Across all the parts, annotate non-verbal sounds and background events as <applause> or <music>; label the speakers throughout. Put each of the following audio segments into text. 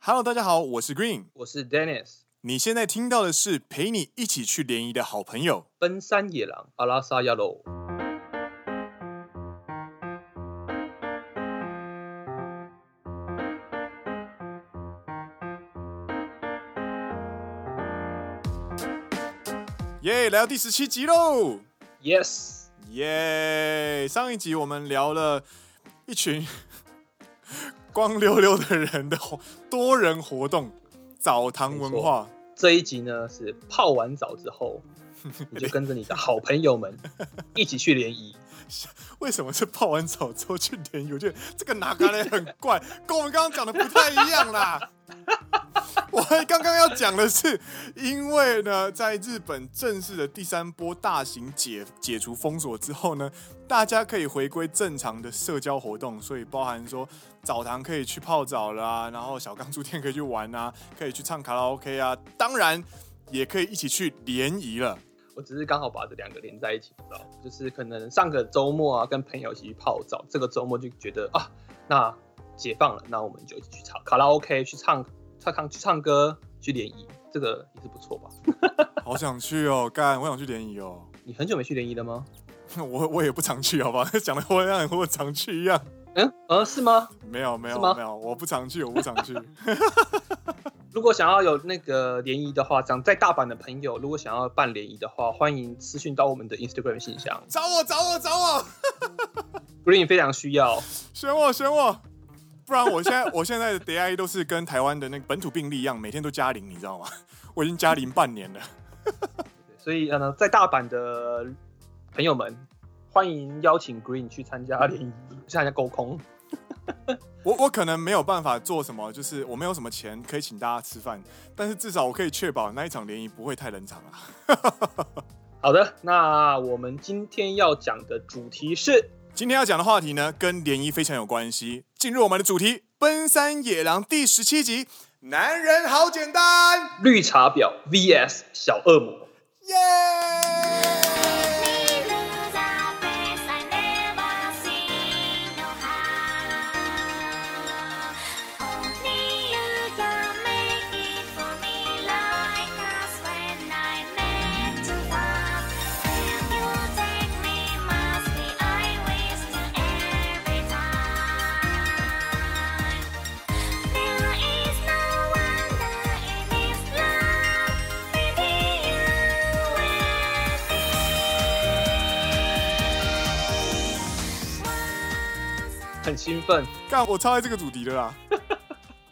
Speaker 1: Hello，大家好，我是 Green。
Speaker 2: 我是 Dennis，
Speaker 1: 你现在听到的是陪你一起去联谊的好朋友。
Speaker 2: 奔山野狼阿拉萨亚罗。
Speaker 1: 耶、来到第十七集喽！
Speaker 2: Yes，
Speaker 1: 耶、上一集我们聊了一群 <laughs> 光溜溜的人的活多人活动，澡堂文化。
Speaker 2: 这一集呢是泡完澡之后，你就跟着你的好朋友们一起去联谊。
Speaker 1: 为什么是泡完澡之后去联谊？我觉得这个拿咖喱很怪， <laughs> 跟我们刚刚讲的不太一样啦。 <laughs> 我刚刚要讲的是，因为呢，在日本正式的第三波大型解解除封锁之后呢，大家可以回归正常的社交活动，所以包含说澡堂可以去泡澡啦，然后小钢珠店可以去玩啊，可以去唱卡拉 OK 啊，当然也可以一起去联谊了。
Speaker 2: 我只是刚好把这两个连在一起，你知道吗，就是可能上个周末啊跟朋友一起去泡澡，这个周末就觉得啊，那解放了，那我们就一起去唱卡拉 OK，去唱唱唱去唱歌，去联谊，这个也是不错吧？
Speaker 1: 好想去哦，干，我想去联谊哦。
Speaker 2: 你很久没去联谊了吗？
Speaker 1: <laughs> 我我也不常去，好 <laughs> 吧？讲的我像我常去一样。
Speaker 2: 嗯，呃，是吗？
Speaker 1: 没有没有
Speaker 2: 是吗
Speaker 1: 没有，我不常去，我不常去。 <laughs>
Speaker 2: 如果想要有那个联谊的话，长在大阪的朋友，如果想要办联谊的话，欢迎私讯到我们的 Instagram 信箱
Speaker 1: 找我找我找我，
Speaker 2: ，Green 非常需要。
Speaker 1: 选我选我，不然我现在我现在的 d i 都是跟台湾的那个本土病例一样，每天都加零，你知道吗？ <laughs> 我已经加零半年了。
Speaker 2: 所以呢，在大阪的朋友们，欢迎邀请 Green 去参加联谊，去参加沟空。
Speaker 1: 我我可能没有办法做什么，就是我没有什么钱可以请大家吃饭，但是至少我可以确保那一场联谊不会太冷场啊。
Speaker 2: 好的，那我们今天要讲的主题是
Speaker 1: 今天要讲的话题呢，跟联谊非常有关系。进入我们的主题，《奔山野狼》第十七集，男人好简单。
Speaker 2: 绿茶婊 VS 小恶魔。
Speaker 1: 耶！
Speaker 3: There is no wonder in this love, maybe you and me.
Speaker 2: 很兴奋，
Speaker 1: 干，我超爱这个主题的啦。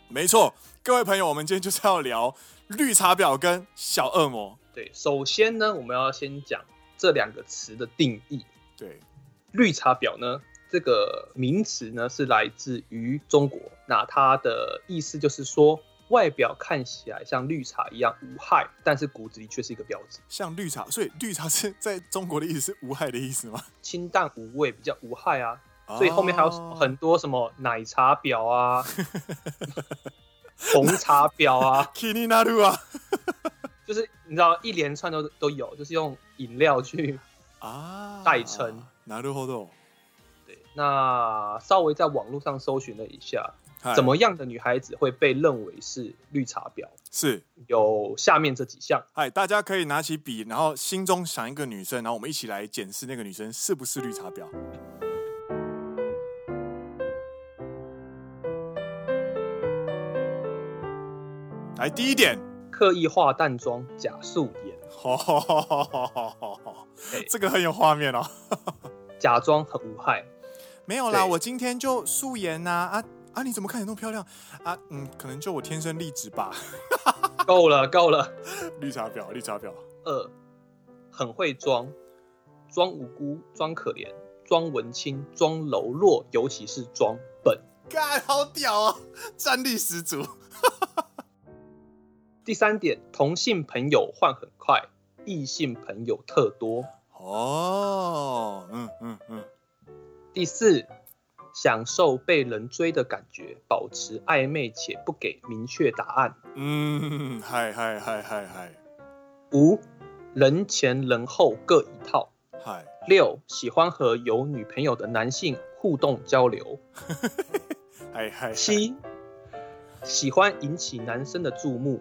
Speaker 1: 没错，各位朋友，我们今天就是要聊绿茶婊跟小恶魔。
Speaker 2: 对，首先呢，我们要先讲这两个词的定义。
Speaker 1: 对，
Speaker 2: 绿茶婊呢，这个名词呢是来自于中国，那它的意思就是说，外表看起来像绿茶一样无害，但是骨子里却是一个婊子，
Speaker 1: 像绿茶，所以绿茶是在中国的意思是无害的意思吗？
Speaker 2: 清淡无味，比较无害啊。所以后面还有
Speaker 1: 哦
Speaker 2: 很多什么奶茶
Speaker 1: <laughs>
Speaker 2: 婊啊、红茶婊啊，
Speaker 1: Kini n a r u 啊
Speaker 2: 就是你知道一连串都都有，就是用饮料去 <laughs>
Speaker 1: 啊，
Speaker 2: 代称。
Speaker 1: なるほど。
Speaker 2: 对。那稍微在网络上搜寻了一下，
Speaker 1: 嗨
Speaker 2: 怎么样的女孩子会被认为是绿茶婊？
Speaker 1: 是？
Speaker 2: 有下面这几项。
Speaker 1: 嗨，大家可以拿起笔，然后心中想一个女生，然后我们一起来检视那个女生是不是绿茶婊。来，第一点，
Speaker 2: 刻意化淡妆、假素颜，
Speaker 1: 哦，
Speaker 2: 对
Speaker 1: 这个很有画面哦。
Speaker 2: 假装很无害，
Speaker 1: 没有啦，
Speaker 2: 对
Speaker 1: 我今天就素颜呐、啊，啊你怎么看起来那么漂亮啊？嗯，可能就我天生丽质吧。 <laughs>
Speaker 2: 够了够了。
Speaker 1: 绿茶婊，绿茶婊，
Speaker 2: 二，很会装，装无辜、装可怜、装文青、装柔弱，尤其是装笨。
Speaker 1: 干，好屌哦，战力十足。
Speaker 2: 第三点，同性朋友换很快，异性朋友特多。
Speaker 1: 哦，嗯嗯嗯，
Speaker 2: 第四，享受被人追的感觉，保持暧昧且不给明确答案。
Speaker 1: 嗯，嗨嗨嗨嗨嗨
Speaker 2: 五，人前人后各一套。
Speaker 1: 嗨，哎
Speaker 2: 六，喜欢和有女朋友的男性互动交流。
Speaker 1: 嗨嗨，
Speaker 2: 七，喜欢引起男生的注目，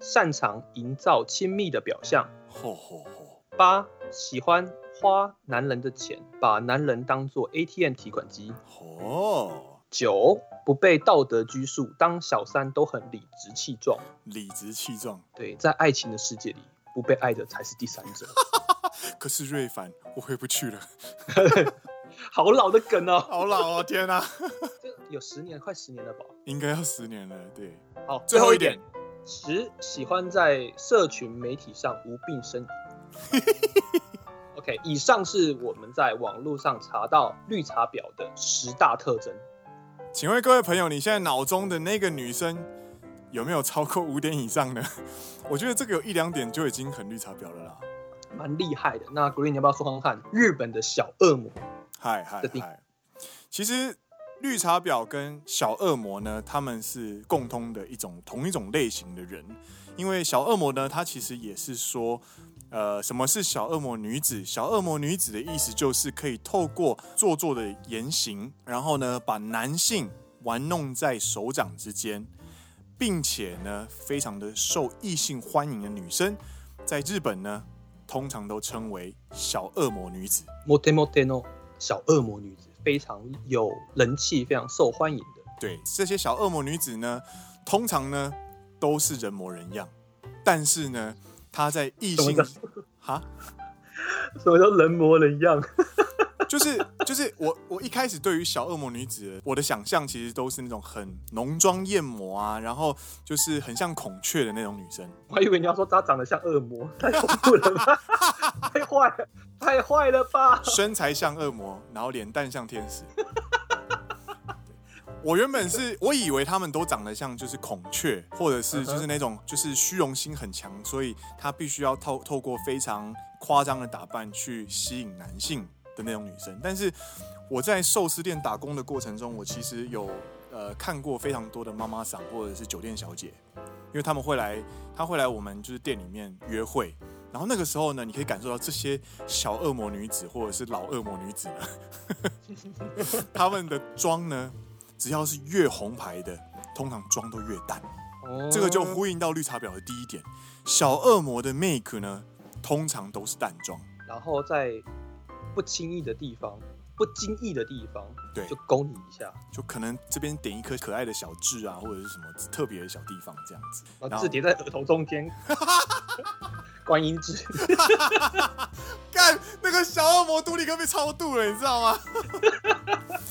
Speaker 2: 擅长营造亲密的表象。
Speaker 1: 吼吼吼，
Speaker 2: 八、喜欢花男人的钱，把男人当做 ATM 提款机。
Speaker 1: 吼，
Speaker 2: 九、不被道德拘束，当小三都很理直气壮。
Speaker 1: 理直气壮。
Speaker 2: 对，在爱情的世界里，不被爱的才是第三者。 <laughs>
Speaker 1: 可是瑞凡，我回不去了，
Speaker 2: 好老的梗哦，
Speaker 1: 好老哦，天哪、
Speaker 2: 这有十年，快十年了吧？
Speaker 1: 应该要十年了。对，
Speaker 2: 好，
Speaker 1: 最后一点。
Speaker 2: 十喜欢在社群媒体上无病呻 <laughs> 吟。OK，以上是我们在网络上查到绿茶婊的十大特征。
Speaker 1: 请问各位朋友，你现在脑中的那个女生有没有超过五点以上呢？ <laughs> 我觉得这个有一两点就已经很绿茶婊了啦。
Speaker 2: 蛮厉害的。那 Green，你要不要说看看日本的小恶魔？
Speaker 1: 嗨嗨
Speaker 2: 这定
Speaker 1: 嗨！其实绿茶婊跟小恶魔呢，他们是共通的一种同一种类型的人，因为小恶魔呢，他其实也是说，呃，什么是小恶魔女子？小恶魔女子的意思就是可以透过做作的言行，然后呢，把男性玩弄在手掌之间，并且呢，非常的受异性欢迎的女生，在日本呢，通常都称为小恶魔女子。
Speaker 2: モテモテの小恶魔女子，非常有人气，非常受欢迎的。
Speaker 1: 对，这些小恶魔女子呢，通常呢都是人模人样，但是呢，她在异性
Speaker 2: 什么
Speaker 1: <laughs> 哈，
Speaker 2: 什么叫人模人样？
Speaker 1: 就是就是我我一开始对于小恶魔女子，我的想象其实都是那种很浓妆艳抹啊，然后就是很像孔雀的那种女生。
Speaker 2: 我还以为你要说她长得像恶魔，太恐怖了 <laughs> 吧？太坏了，太坏了吧？
Speaker 1: 身材像恶魔，然后脸蛋像天使。对我原本是我以为他们都长得像就是孔雀，或者是就是那种就是虚荣心很强，所以他必须要透透过非常夸张的打扮去吸引男性的那种女生。但是我在寿司店打工的过程中，我其实有呃看过非常多的妈妈桑或者是酒店小姐，因为他们会来，她会来我们就是店里面约会，然后那个时候呢，你可以感受到这些小恶魔女子或者是老恶魔女子呢， <laughs> 她们的妆呢，只要是越红牌的，通常妆都越淡。这个就
Speaker 2: 哦
Speaker 1: 呼应到绿茶婊的第一点，小恶魔的 make 呢，通常都是淡妆。
Speaker 2: 然后在不轻易的地方、不经意的地方，
Speaker 1: 对
Speaker 2: 就勾你一下，
Speaker 1: 就可能这边点一颗可爱的小痣啊，或者是什么特别的小地方这样子，
Speaker 2: 然
Speaker 1: 然后
Speaker 2: 后字叠在额头
Speaker 1: <laughs>
Speaker 2: 中间，观音痣。
Speaker 1: 干那个小恶魔都立刻被超度了，你知道吗？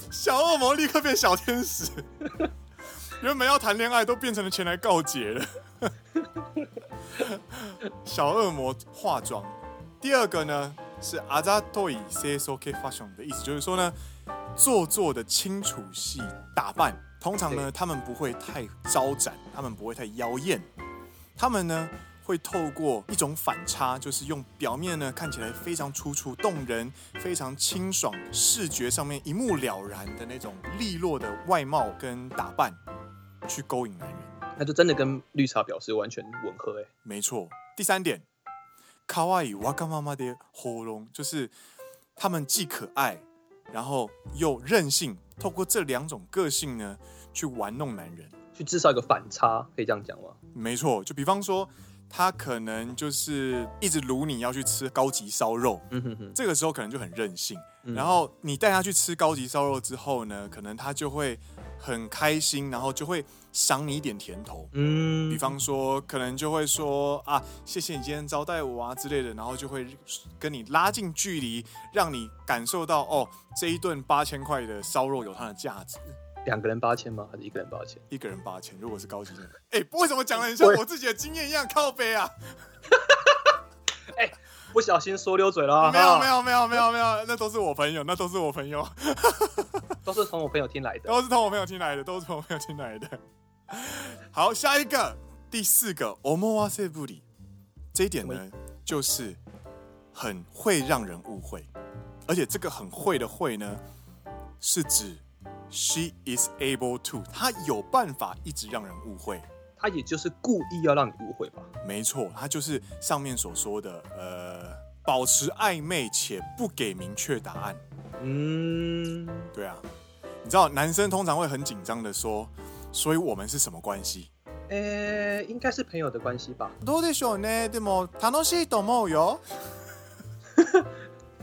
Speaker 1: 小恶魔立刻变小天使，原本要谈恋爱都变成了前来告解了。小恶魔化妆，第二个呢是阿扎多以 C S O K fashion 的意思，就是说呢，做作的清楚系打扮，通常呢
Speaker 2: 对
Speaker 1: 他们不会太招展，他们不会太妖艳，他们呢会透过一种反差，就是用表面呢看起来非常楚楚动人、非常清爽，视觉上面一目了然的那种利落的外貌跟打扮，去勾引男人。
Speaker 2: <laughs> 那就真的跟绿茶婊是完全吻合哎、
Speaker 1: 没错，第三点，卡哇伊哇干妈妈的喉咙，就是他们既可爱，然后又任性，透过这两种个性呢，去玩弄男人。
Speaker 2: 去制造一个反差，可以这样讲吗？
Speaker 1: 没错，就比方说，他可能就是一直撸你要去吃高级烧肉，
Speaker 2: 嗯哼哼，
Speaker 1: 这个时候可能就很任性。
Speaker 2: 嗯
Speaker 1: 然后你带他去吃高级烧肉之后呢，可能他就会很开心，然后就会赏你一点甜头。
Speaker 2: 嗯，
Speaker 1: 比方说，可能就会说啊，谢谢你今天招待我啊之类的，然后就会跟你拉近距离，让你感受到哦，这一顿八千块的烧肉有它的价值，
Speaker 2: 两个人八千吗？还是一个人八千？
Speaker 1: 一个人八千，如果是高级的，哎、为什么讲的很像我自己的经验一样靠背啊？
Speaker 2: 不小心说溜嘴了啊，
Speaker 1: 没有
Speaker 2: 哈
Speaker 1: 没，有没有没有没有，那都是我朋友， <laughs> 那都是我朋友，
Speaker 2: 都是从我朋友听来的。
Speaker 1: 都是从我朋友听来的，都是从我朋友听来的。好，下一个，第四个 o m o w a s e b u r i 这一点呢，就是很会让人误会，而且这个很会的会呢，是指 she is able to，她有办法一直让人误会。
Speaker 2: 他也就是故意要让你误会吧？
Speaker 1: 没错，她就是上面所说的，呃，保持暧昧且不给明确答案。
Speaker 2: 嗯，
Speaker 1: 对啊，你知道男生通常会很紧张的说所以我们是什么关系？
Speaker 2: 诶、应该是朋友的关系吧。
Speaker 1: どうでしょうね。でも楽しいと思うよ。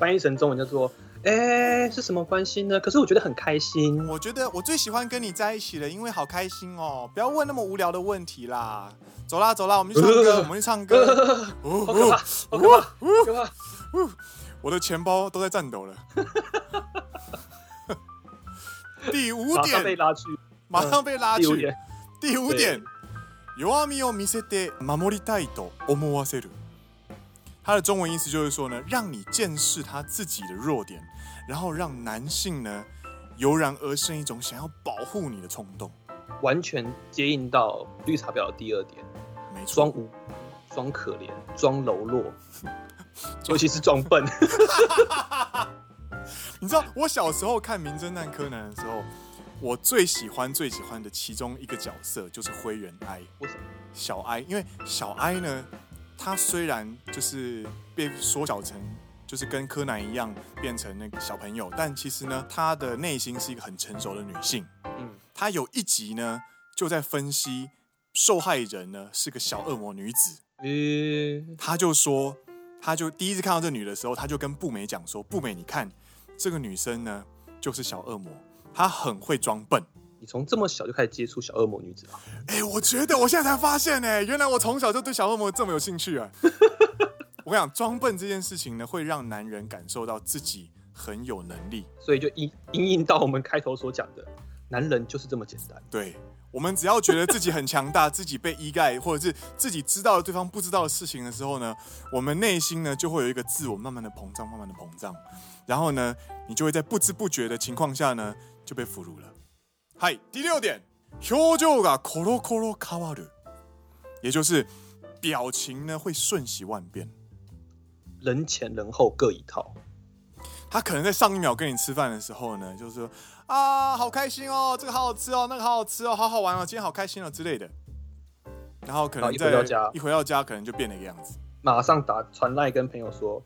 Speaker 2: 翻译成中文叫做“诶、是什么关系呢？”可是我觉得很开心。
Speaker 1: 我觉得我最喜欢跟你在一起了，因为好开心哦。不要问那么无聊的问题啦。走啦走啦，我们去唱 <laughs> 歌，我们去唱歌。哦
Speaker 2: <laughs> 好可怕，好可怕，好可怕！
Speaker 1: 我的钱包都在颤抖了。 <laughs> 第五
Speaker 2: 马上被呃
Speaker 1: 点，
Speaker 2: 拉去
Speaker 1: 马上被拉
Speaker 2: 第五
Speaker 1: 去
Speaker 2: 点。。
Speaker 1: 第五
Speaker 2: 对
Speaker 1: 点，弱みを見せて守りたいと思わせる。它的中文意思就是说呢，让你见识他自己的弱点，然后让男性呢油然而生一种想要保护你的冲动。
Speaker 2: 完全接应到绿茶婊的第二点，
Speaker 1: 没错
Speaker 2: 装，无、
Speaker 1: 嗯
Speaker 2: 装可怜、装柔
Speaker 1: <laughs>
Speaker 2: 弱，尤其是装笨。
Speaker 1: 你知道我小时候看《名侦探柯南》的时候，我最喜欢最喜欢的其中一个角色就是灰原哀
Speaker 2: 为什么，
Speaker 1: 小哀，因为小哀呢，他虽然就是被缩小成。就是跟柯南一样变成那个小朋友，但其实呢，她的内心是一个很成熟的女性。
Speaker 2: 嗯，
Speaker 1: 她有一集呢，就在分析受害人呢是个小恶魔女子，
Speaker 2: 诶、
Speaker 1: 他就说，他就第一次看到这女的时候，他就跟步美讲说：“步美，你看这个女生呢，就是小恶魔，她很会装笨。
Speaker 2: 你从这么小就开始接触小恶魔女子啊？”
Speaker 1: 哎，我觉得我现在才发现、哎，原来我从小就对小恶魔这么有兴趣啊！ <laughs> 我跟你讲，装笨这件事情呢，会让男人感受到自己很有能力。
Speaker 2: 所以就因因应到我们开头所讲的，男人就是这么简单。
Speaker 1: 对我们只要觉得自己很强大， <laughs> 自己被依赖，或者是自己知道了对方不知道的事情的时候呢，我们内心呢就会有一个自我慢慢的膨胀，慢慢的膨胀，然后呢，你就会在不知不觉的情况下呢就被俘虏了。嗨，第六点，表情がコロコロ変わる，也就是表情呢会瞬息万变。
Speaker 2: 人前人后各一套，
Speaker 1: 他可能在上一秒跟你吃饭的时候呢，就是说啊，好开心哦，这个好好吃哦，那个好好吃哦，好好玩哦，今天好开心哦之类的。然后可能
Speaker 2: 然后一
Speaker 1: 在
Speaker 2: 回到家
Speaker 1: 一回到家可能就变了一个样子。
Speaker 2: 马上打传赖跟朋友说：“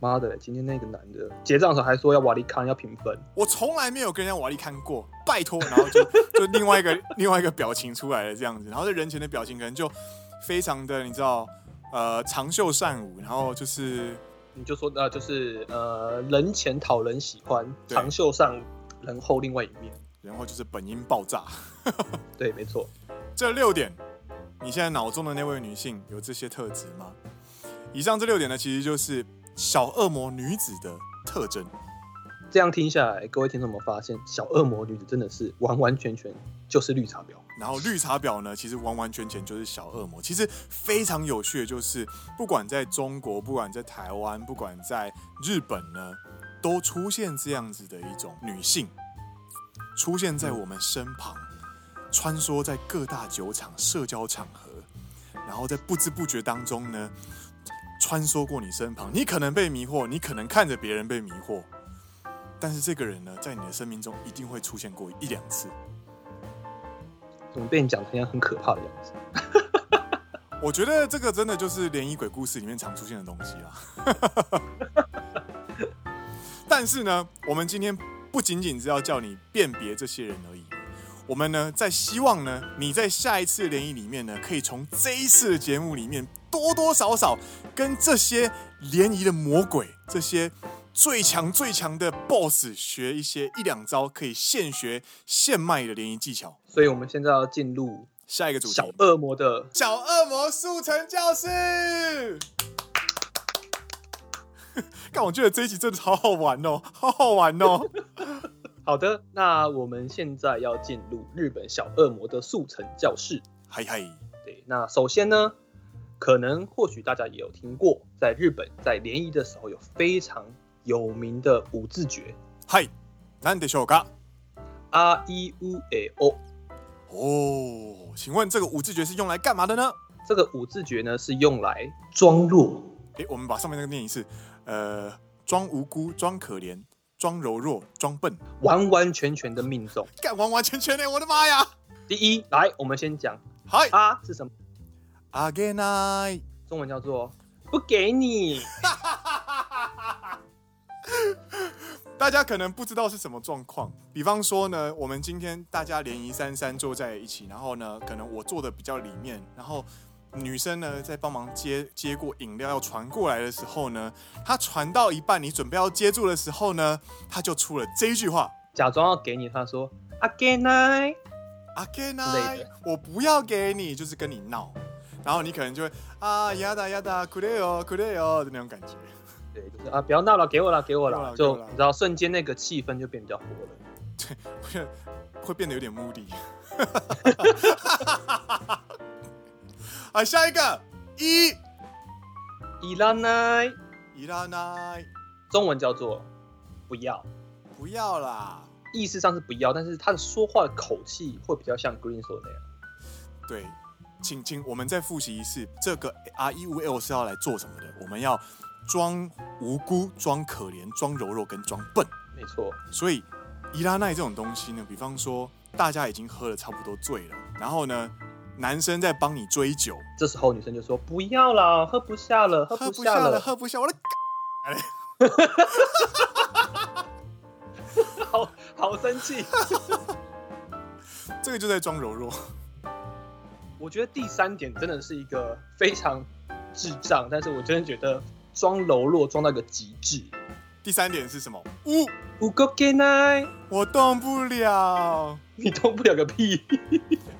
Speaker 2: 妈的，今天那个男的结账的时候还说要瓦利康要平分，
Speaker 1: 我从来没有跟人家瓦力看过，拜托，然后就就另外一个另外一个表情出来了这样子，然后在人前的表情可能就非常的你知道，呃，长袖善舞，然后就是
Speaker 2: 你就说呃就是呃人前讨人喜欢，
Speaker 1: 对
Speaker 2: 长袖善舞，人后另外一面。
Speaker 1: 然后就是本音爆炸。”
Speaker 2: 对，没错，
Speaker 1: 这六点，你现在脑中的那位女性有这些特质吗？以上这六点呢，其实就是小恶魔女子的特征。
Speaker 2: 这样听下来，各位听众有没有发现，小恶魔女子真的是完完全全就是绿茶婊。
Speaker 1: 然后绿茶婊呢，其实完完全全就是小恶魔。其实非常有趣的就是，不管在中国，不管在台湾，不管在日本呢，都出现这样子的一种女性，出现在我们身旁，穿梭在各大酒厂、社交场合，然后在不知不觉当中呢，穿梭过你身旁。你可能被迷惑，你可能看着别人被迷惑，但是这个人呢，在你的生命中一定会出现过一两次。
Speaker 2: 怎么被你讲成像很可怕的样子？
Speaker 1: 我觉得这个真的就是联谊鬼故事里面常出现的东西啦。啊 <laughs> 但是呢，我们今天不仅仅是要叫你辨别这些人而已，我们呢在希望呢你在下一次联谊里面呢，可以从这一次的节目里面多多少少跟这些联谊的魔鬼，这些最强最强的 BOSS 学一些一两招可以现学现卖的联谊技巧。
Speaker 2: 所以我们现在要进入
Speaker 1: 下一个主题，
Speaker 2: 小恶魔的
Speaker 1: 小恶魔速成教室。但我觉得这一集真的好好玩哦，好好玩哦！
Speaker 2: 好的，那我们现在要进入日本小恶魔的速成教室。
Speaker 1: 嗨嗨，
Speaker 2: 对，那首先呢，可能或许大家也有听过，在日本在联谊的时候有非常有名的五字诀
Speaker 1: 嗨，なんでしょうか？
Speaker 2: 啊一乌诶哦。
Speaker 1: 哦，请问这个五字诀是用来干嘛的呢？
Speaker 2: 这个五字诀呢是用来装弱，
Speaker 1: 诶，我们把上面那个念一次，呃，装无辜，装可怜，装柔弱，装笨，
Speaker 2: 完完全全的命中。
Speaker 1: 干完完全全的，我的妈呀！
Speaker 2: 第一，来我们先讲
Speaker 1: 嗨，
Speaker 2: 啊是什么，
Speaker 1: あげない。
Speaker 2: 中文叫做不给你。
Speaker 1: 大家可能不知道是什么状况。比方说呢，我们今天大家联谊三三坐在一起，然后呢，可能我坐的比较里面，然后女生呢在帮忙接接过饮料要传过来的时候呢，她传到一半，你准备要接住的时候呢，她就出了这一句话
Speaker 2: 假装要给你，他说啊给奶，
Speaker 1: 阿 g a
Speaker 2: 类的
Speaker 1: 我不要给你，就是跟你闹。然后你可能就会啊呀哒呀哒，苦累哦苦累哦的那种感觉。
Speaker 2: 对，就是啊不要闹了，给我了，给我
Speaker 1: 给我啦
Speaker 2: 了，
Speaker 1: 给
Speaker 2: 就
Speaker 1: 我啦
Speaker 2: 你知道瞬间那个气氛就变比较火了。
Speaker 1: 会会变得有 <laughs> 点 moody。好，下一个一
Speaker 2: 伊拉奶，
Speaker 1: 伊拉奈，
Speaker 2: 中文叫做不要，
Speaker 1: 不要啦。
Speaker 2: 意思上是不要，但是他的说话的口气会比较像 Green 说的那样。
Speaker 1: 对，请请我们再复习一次，这个 R E U L 是要来做什么的？我们要装无辜、装可怜、装柔弱跟装笨。
Speaker 2: 没错，
Speaker 1: 所以伊拉奈这种东西呢，比方说大家已经喝的差不多醉了，然后呢，男生在帮你追酒，
Speaker 2: 这时候女生就说不要啦，喝不下了，喝
Speaker 1: 喝不
Speaker 2: 下
Speaker 1: 下
Speaker 2: 了
Speaker 1: 了，，喝不下，我的 <laughs> 哎
Speaker 2: 好好生气。
Speaker 1: 这个就在装柔弱。
Speaker 2: 我觉得第三点真的是一个非常智障，但是我真的觉得装柔弱装到一个极致。
Speaker 1: 第三点是什么？呜，
Speaker 2: 五个 g a
Speaker 1: 我动不了。
Speaker 2: 你动不了个屁。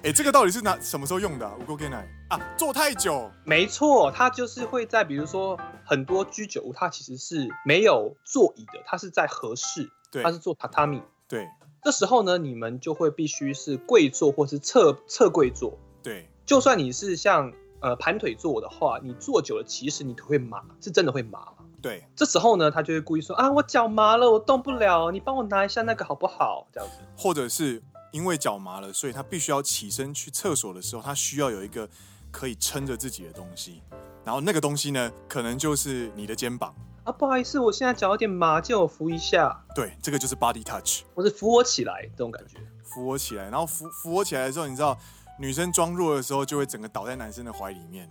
Speaker 1: 哎、这个到底是哪什么时候用的、啊？无垢 g a 奶啊，坐太久。
Speaker 2: 没错，它就是会在比如说很多居酒屋，它其实是没有座椅的，它是在合适，
Speaker 1: 对
Speaker 2: 它是做榻榻米。
Speaker 1: 对
Speaker 2: 这时候呢，你们就会必须是跪坐或是侧侧跪坐。
Speaker 1: 对，
Speaker 2: 就算你是像呃盘腿坐的话，你坐久了，其实你腿会麻，是真的会麻。
Speaker 1: 对，
Speaker 2: 这时候呢，他就会故意说啊，我脚麻了，我动不了，你帮我拿一下那个好不好？这样子，
Speaker 1: 或者是因为脚麻了，所以他必须要起身去厕所的时候，他需要有一个可以撑着自己的东西。然后那个东西呢，可能就是你的肩膀。
Speaker 2: 啊，不好意思，我现在脚有点麻，借我扶一下，
Speaker 1: 对，这个就是 body touch，
Speaker 2: 或者扶我起来这种感觉。
Speaker 1: 扶我起来。然后扶扶我起来的时候，你知道女生装弱的时候，就会整个倒在男生的怀里面，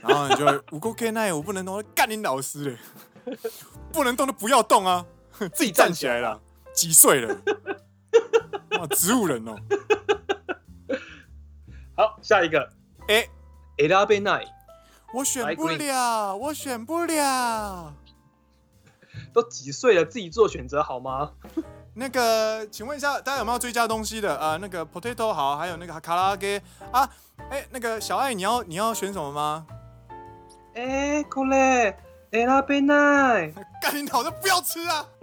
Speaker 1: 然后你就会无垢 g a 奈，我不能动，我干你老师嘞，不能动就不要动啊，自己站起来了，几岁了？哇，植物人哦，
Speaker 2: 好，下一个
Speaker 1: 哎、
Speaker 2: e l a b e n a i
Speaker 1: 我选不了，我选不了。
Speaker 2: 都几岁了，自己做选择好吗？
Speaker 1: 那个，请问一下，大家有没有追加东西的？呃，那个 potato 好，还有那个卡拉给啊，哎、那个小爱，你要你要选什么吗？
Speaker 2: 哎，过来 e l a b e n a i
Speaker 1: 干你脑袋不要吃啊！ <laughs>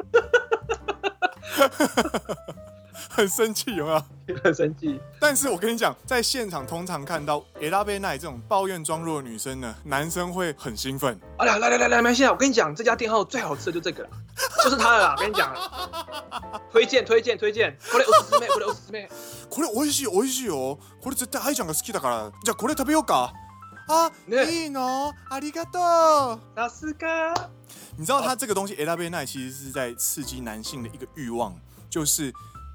Speaker 1: 很生气，有没有？
Speaker 2: 很生气，
Speaker 1: 但是我跟你讲，在现场通常看到 Ella b e n a 这种抱怨装弱的女生呢，男生会很兴奋。
Speaker 2: 啊来来来来来，没事啊，我跟你讲，这家店还有最好吃的就这个了，就是它了啦，跟你讲了，推荐推荐推荐，过来我师妹，过来我师妹。
Speaker 1: これ美味しい美味しいよ。これ絶対愛ちゃんが好きだから。じゃあこれ食べようか。あ、
Speaker 2: ね
Speaker 1: いいの？ありがとう。
Speaker 2: 那是个
Speaker 1: 你知道他这个东西 Ella b e n a 其实是在刺激男性的一个欲望，就是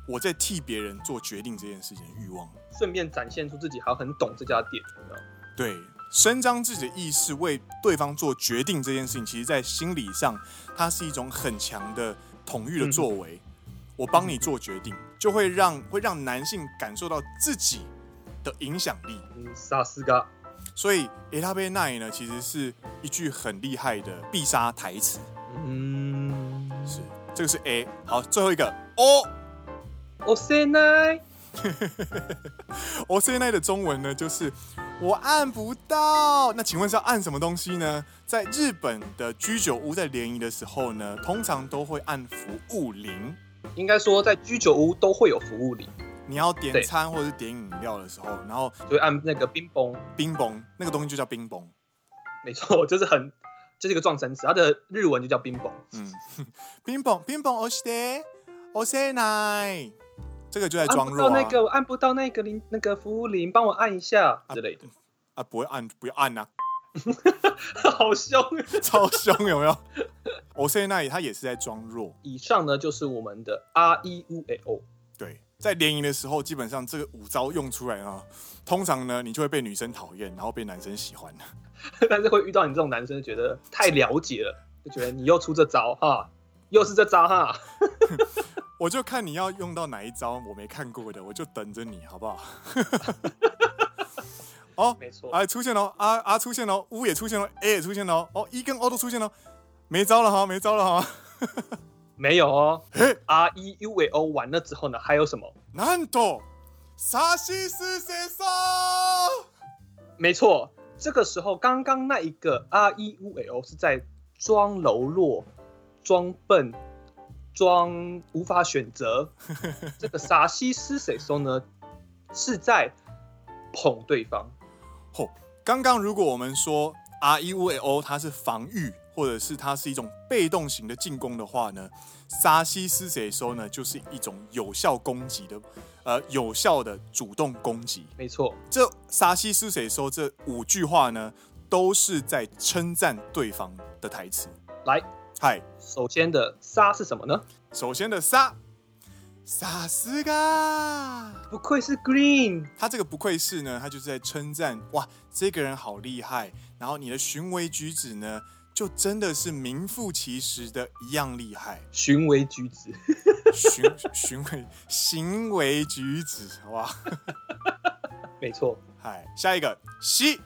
Speaker 1: 我在替别人做决定这件事情的欲望。
Speaker 2: 顺便展现出自己还很懂这家店，有没有
Speaker 1: 对，伸张自己的意识为对方做决定这件事情，其实在心理上，它是一种很强的统御的作为。我帮你做决定，就会让会让男性感受到自己的影响力。
Speaker 2: 嗯，萨斯嘎，
Speaker 1: 所以 e l a b e n a 呢，其实是一句很厉害的必杀台词。
Speaker 2: 嗯，
Speaker 1: 是，这个是 A。好，最后一个 O。
Speaker 2: 我塞奈，
Speaker 1: O C N 的中文呢，就是我按不到。那请问是要按什么东西呢？在日本的居酒屋在联谊的时候呢，通常都会按服务铃。
Speaker 2: 应该说在居酒屋都会有服务礼，
Speaker 1: 你要点
Speaker 2: 对
Speaker 1: 餐或者是点饮料的时候，然后
Speaker 2: 就会按那个冰崩，
Speaker 1: 冰崩那个东西就叫冰崩。
Speaker 2: 没错， <laughs> 就是很，就是一个撞声词，它的日文就叫冰崩，
Speaker 1: 嗯， <laughs> 冰崩冰崩哦 O C O C N，这个就在
Speaker 2: 按
Speaker 1: 装
Speaker 2: 不
Speaker 1: 弱
Speaker 2: 到
Speaker 1: 啊。
Speaker 2: 那个，我按不到那个铃，那个服务铃，帮我按一下之类的，
Speaker 1: 啊，不会按不要按啊， <laughs>
Speaker 2: <laughs> 好凶。啊
Speaker 1: 超凶有没有？O C N 它也是在装弱。
Speaker 2: 以上呢就是我们的 R E U A <laughs> O，
Speaker 1: 对，在联谊的时候，基本上这个五招用出来啊，通常呢，你就会被女生讨厌，然后被男生喜欢。
Speaker 2: 但是会遇到你这种男生，觉得太了解了，就觉得你又出这招哈，又是这招哈。
Speaker 1: 我就看你要用到哪一招我没看过的，我就等着你好不好？哦，
Speaker 2: 没错，
Speaker 1: 哎，出现了啊啊出现了，乌也出现了，A 也出现了，哦，一跟 O 都出现了，没招了哈，没招了哈。 <laughs>
Speaker 2: 没有哦。R E U A O 完了之后呢，还有什么？
Speaker 1: なんと、サシスセソ
Speaker 2: 没错，这个时候刚刚那一个 R E U L 是在装柔弱、装笨、装无法选择。这个傻西施谁说呢？是在捧对方。
Speaker 1: 嚯，哦刚刚如果我们说 R E U A O 它是防御，或者是它是一种被动型的进攻的话呢，沙西斯谁收呢就是一种有效攻击的，呃，有效的主动攻击。
Speaker 2: 没错，
Speaker 1: 这沙西斯谁收这五句话呢，都是在称赞对方的台词。
Speaker 2: 来，
Speaker 1: 嗨，
Speaker 2: 首先的杀是什么呢？
Speaker 1: 首先的沙，萨斯嘎。
Speaker 2: 不愧是 Green，
Speaker 1: 他这个不愧是呢，他就是在称赞哇，这个人好厉害。然后你的行为举止呢，就真的是名副其实的一样厉害。
Speaker 2: 循规举止。
Speaker 1: <laughs> 行行为行为举止哇，
Speaker 2: <laughs> 没错
Speaker 1: 嗨，下一个西，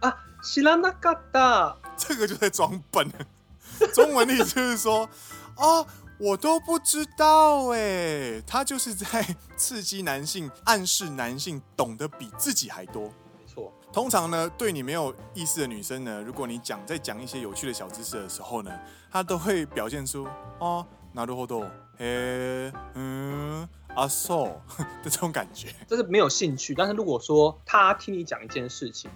Speaker 2: 啊，知らなかった。
Speaker 1: 这个就在装笨。 <laughs> 中文里就是说，哦，我都不知道哎，他就是在刺激男性，暗示男性懂得比自己还多。
Speaker 2: 没错，
Speaker 1: 通常呢，对你没有意思的女生呢，如果你讲在讲一些有趣的小知识的时候呢，她都会表现出哦，なるほど，诶，嗯，啊，so <laughs> 的这种感觉。
Speaker 2: 这是没有兴趣。但是如果说他听你讲一件事情，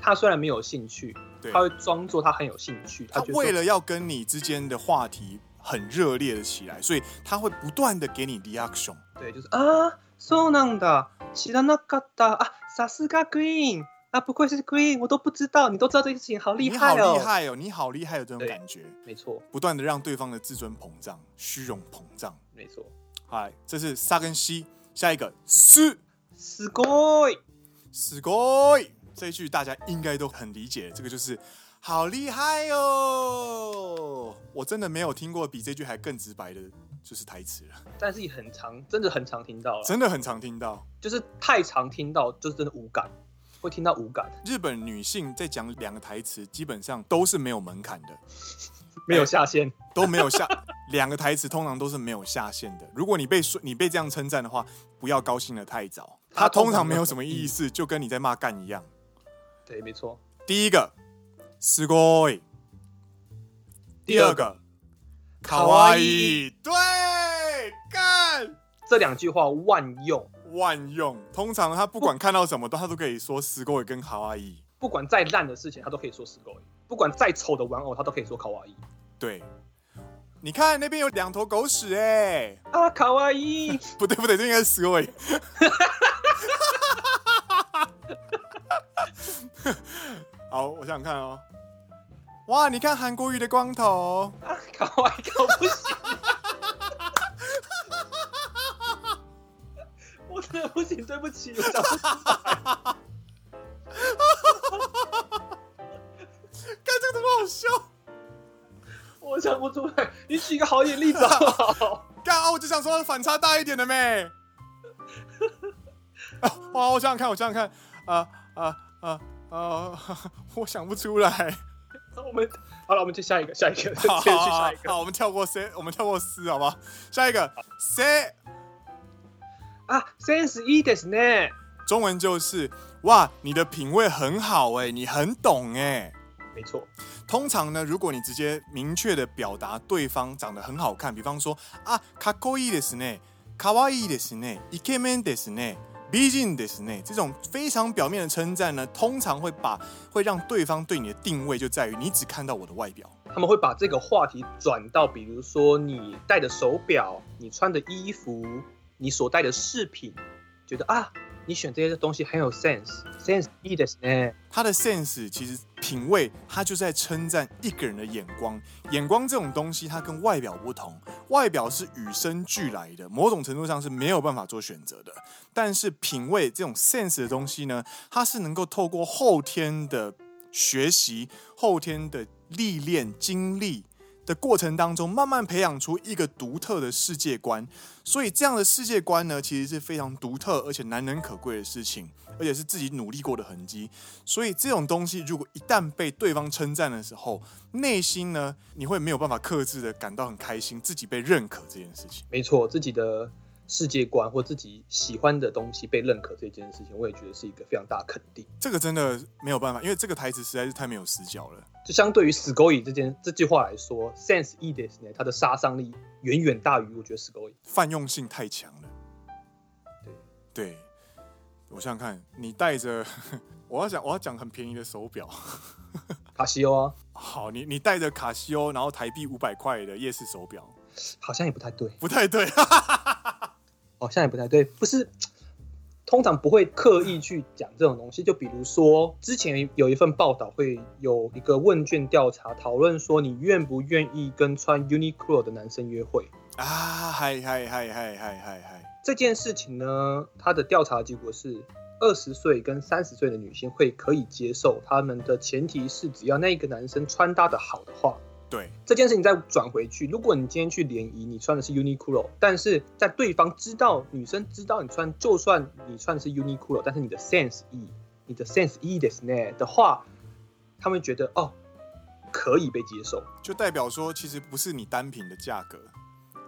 Speaker 2: 他虽然没有兴趣，
Speaker 1: 对，
Speaker 2: 他会装作他很有兴趣，
Speaker 1: 她
Speaker 2: 觉得
Speaker 1: 为
Speaker 2: 说
Speaker 1: 了要跟你之间的话题很热烈的起来，所以她会不断的给你 reaction。
Speaker 2: 对，就是啊，そうなんだ、知らなかった、啊，さすが Green，啊，不愧是 Green，我都不知道，你都知道这件事情，好厉
Speaker 1: 你好
Speaker 2: 害哦，
Speaker 1: 厉害哦，你好厉害哦，这种
Speaker 2: 对
Speaker 1: 感觉，
Speaker 2: 没错，
Speaker 1: 不断的让对方的自尊膨胀、虚荣膨胀。
Speaker 2: 没错，
Speaker 1: 嗨，这是沙跟西，下一个是。
Speaker 2: すごい，
Speaker 1: すごい这一句大家应该都很理解，这个就是好厉害哦！我真的没有听过比这句还更直白的，就是台词了，
Speaker 2: 但是也很常，真的很常听到了，
Speaker 1: 真的很常听到。
Speaker 2: 就是太常听到，就是真的无感，会听到无感，
Speaker 1: 日本女性在讲两个台词，基本上都是没有门槛的，
Speaker 2: 没有下限，
Speaker 1: 都没有 <laughs> 下两个台词，通常都是没有下限的。如果你被说你被这样称赞的话，不要高兴的太早，它
Speaker 2: 它通
Speaker 1: 通常
Speaker 2: 常
Speaker 1: 没有什么意思，就跟你在骂干一样。
Speaker 2: 对，没错。
Speaker 1: 第一个，すごい。第二个，卡哇伊，对，干
Speaker 2: 这两句话万用，
Speaker 1: 万用。通常他不管看到什么，他都可以说斯过跟卡哇伊。
Speaker 2: 不管再烂的事情，他都可以说すごい；不管再丑的玩偶，他都可以说卡哇伊
Speaker 1: 对，你看那边有两坨狗屎哎、
Speaker 2: 啊，卡哇伊。
Speaker 1: 不对不对，这应该是斯过。 <laughs> 好，我想想看哦。哇，你看韩国瑜的光头，
Speaker 2: 啊，搞歪搞不行， <laughs> 我真的不行，对不起，我讲不出
Speaker 1: 看这个怎么好笑？
Speaker 2: 我讲不出来，你举一个好一点例子好不好？
Speaker 1: 干啊！我就想说反差大一点的妹。啊哇！我想想看，我想想看，啊啊啊啊！我想不出来。
Speaker 2: 那我们好了，我们接下一个，下一个， <laughs>
Speaker 1: 好，
Speaker 2: 接续下一个
Speaker 1: 好，我们跳过 C，我们跳过 C，好不好？下一个 C，
Speaker 2: 啊，sense 一ですね。
Speaker 1: 中文就是哇，你的品味很好哎、你很懂哎、
Speaker 2: 没错，
Speaker 1: 通常呢，如果你直接明确的表达对方长得很好看，比方说啊，かっこいいですね、かわいいですね、イケメンですね、美人ですね，这种非常表面的称赞呢，通常会把会让对方对你的定位就在于你只看到我的外表。
Speaker 2: 他们会把这个话题转到，比如说你戴的手表、你穿的衣服、你所戴的饰品，觉得啊，你选这些东西很有 sense，sense 一ですね。
Speaker 1: 他的 sense 其实品味，他就是在称赞一个人的眼光。眼光这种东西，它跟外表不同，外表是与生俱来的，某种程度上是没有办法做选择的。但是品味这种 sense 的东西呢，它是能够透过后天的学习、后天的历练、经历，的过程当中，慢慢培养出一个独特的世界观。所以这样的世界观呢，其实是非常独特而且难能可贵的事情，而且是自己努力过的痕迹。所以这种东西，如果一旦被对方称赞的时候，内心呢，你会没有办法克制的感到很开心，自己被认可这件事情。
Speaker 2: 没错，自己的世界观或自己喜欢的东西被认可这件事情，我也觉得是一个非常大的肯定。
Speaker 1: 这个真的没有办法，因为这个台词实在是太没有死角了。
Speaker 2: 就相对于死狗蚁这件这句话来说，sense e です呢，它的杀伤力远远大于我觉得死狗蚁。
Speaker 1: 泛用性太强了。
Speaker 2: 对
Speaker 1: 对，我想想看，你带着我要讲我要讲很便宜的手表，
Speaker 2: 卡西欧啊，
Speaker 1: 好，你你带着卡西欧，然后台币五百块的夜市手表，
Speaker 2: 好像也不太对，
Speaker 1: 不太对，啊
Speaker 2: 好哦像也不太对，不是。通常不会刻意去讲这种东西，就比如说之前有一份报道会有一个问卷调查，讨论说你愿不愿意跟穿 Uniqlo 的男生约会。
Speaker 1: 啊，嗨嗨嗨嗨嗨嗨嗨，
Speaker 2: 这件事情呢，它的调查结果是，二十岁跟三十岁的女性会可以接受，他们的前提是只要那个男生穿搭的好的话。
Speaker 1: 对，
Speaker 2: 这件事情再转回去，如果你今天去联谊，你穿的是 Uniqlo，但是在对方知道女生知道你穿，就算你穿的是 Uniqlo，但是你的 sense e，你的 sense e ですね的话，他们觉得哦，可以被接受。
Speaker 1: 就代表说，其实不是你单品的价格，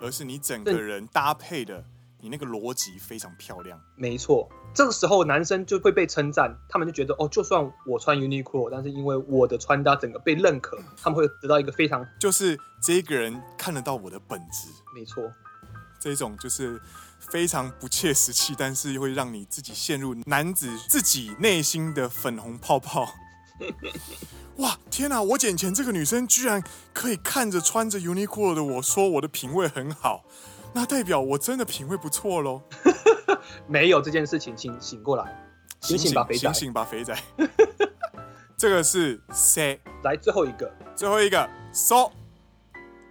Speaker 1: 而是你整个人搭配的，你那个逻辑非常漂亮。
Speaker 2: 没错，这个时候男生就会被称赞，他们就觉得哦，就算我穿 Uniqlo，但是因为我的穿搭整个被认可，他们会得到一个非常
Speaker 1: 就是这个人看得到我的本质，
Speaker 2: 没错，
Speaker 1: 这种就是非常不切实际，但是又会让你自己陷入男子自己内心的粉红泡泡。哇，天哪！我捡钱这个女生居然可以看着穿着 Uniqlo 的我说我的品味很好，那代表我真的品味不错喽。
Speaker 2: 没有这件事情，请醒过来，醒醒吧，肥仔
Speaker 1: 醒。醒吧，肥仔。 <laughs> 这个是 C，
Speaker 2: 来最后一个，
Speaker 1: 最后一个 So，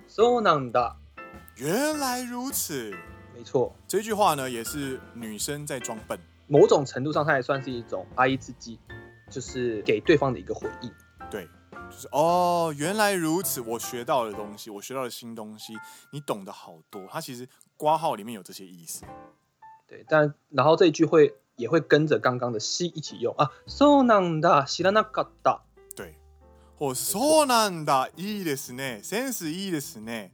Speaker 2: そうなんだ，
Speaker 1: 原来如此。
Speaker 2: 没错，
Speaker 1: 这句话呢，也是女生在装笨。
Speaker 2: 某种程度上它也算是一种爱自己，就是给对方的一个回应。
Speaker 1: 对，就是哦，原来如此，我学到的东西，我学到的新东西，你懂得好多。它其实挂号里面有这些意思。
Speaker 2: 对，但然后这一句会也会跟着刚刚的西一起用啊，そうなんだ、知らなかった。
Speaker 1: 对，或是そうなんだ、いいですね、センスいいですね。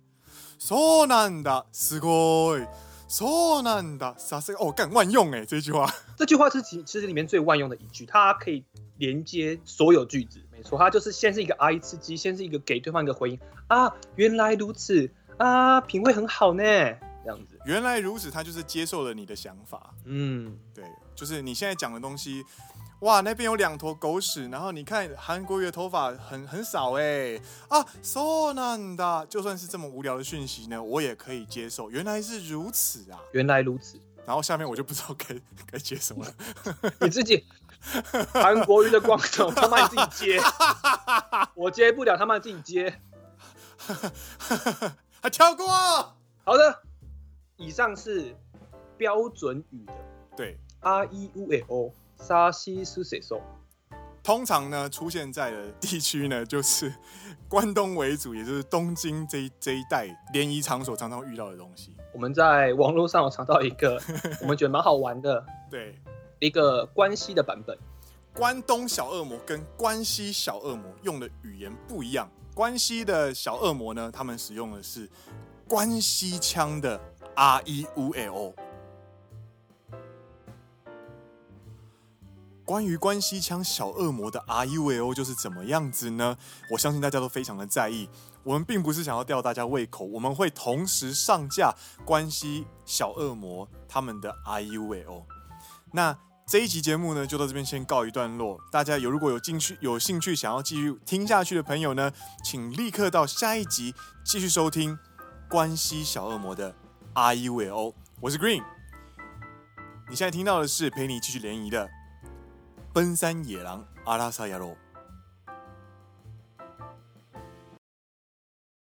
Speaker 1: そうなんだ、すごい。そうなんだ、さすが。哦，干万用哎，这句话。
Speaker 2: 这句话是其其实里面最万用的一句，它可以连接所有句子。没错，它就是先是一个 I 吃鸡，先是一个给对方一个回应啊，原来如此啊，品味很好呢，这样子。
Speaker 1: 原来如此，他就是接受了你的想法。
Speaker 2: 嗯，
Speaker 1: 对，就是你现在讲的东西，哇，那边有两坨狗屎，然后你看韩国语的头发很很少哎、啊，so 难的，就算是这么无聊的讯息呢，我也可以接受，原来是如此啊。
Speaker 2: 原来如此。
Speaker 1: 然后下面我就不知道该 <laughs> 该接什么了。
Speaker 2: 你自己韩国瑜的光头，他妈你自己接，我接不了，他妈你自己接。
Speaker 1: <laughs> 还跳过，
Speaker 2: 好的，以上是标准语的
Speaker 1: 对，
Speaker 2: R E U L O 沙西苏水松，
Speaker 1: 通常呢出现在的地区呢就是关东为主，也就是东京这一这一带联谊场所常常会遇到的东西。
Speaker 2: 我们在网络上有查到一个 <laughs> 我们觉得蛮好玩的
Speaker 1: 对，
Speaker 2: 一个关系的版本。
Speaker 1: 关东小恶魔跟关西小恶魔用的语言不一样。关西的小恶魔呢，他们使用的是关西腔的 R E U L O。关于关西腔小恶魔的 R E U L O 就是怎么样子呢？我相信大家都非常的在意。我们并不是想要吊大家胃口，我们会同时上架关西小恶魔他们的 R E U L O。那这一集节目呢，就到这边先告一段落。大家有如果有兴趣、有兴趣想要继续听下去的朋友呢，请立刻到下一集继续收听《关西小恶魔》的 R E V O。我是 Green，你现在听到的是陪你继续联谊的奔山野狼阿拉萨亚罗。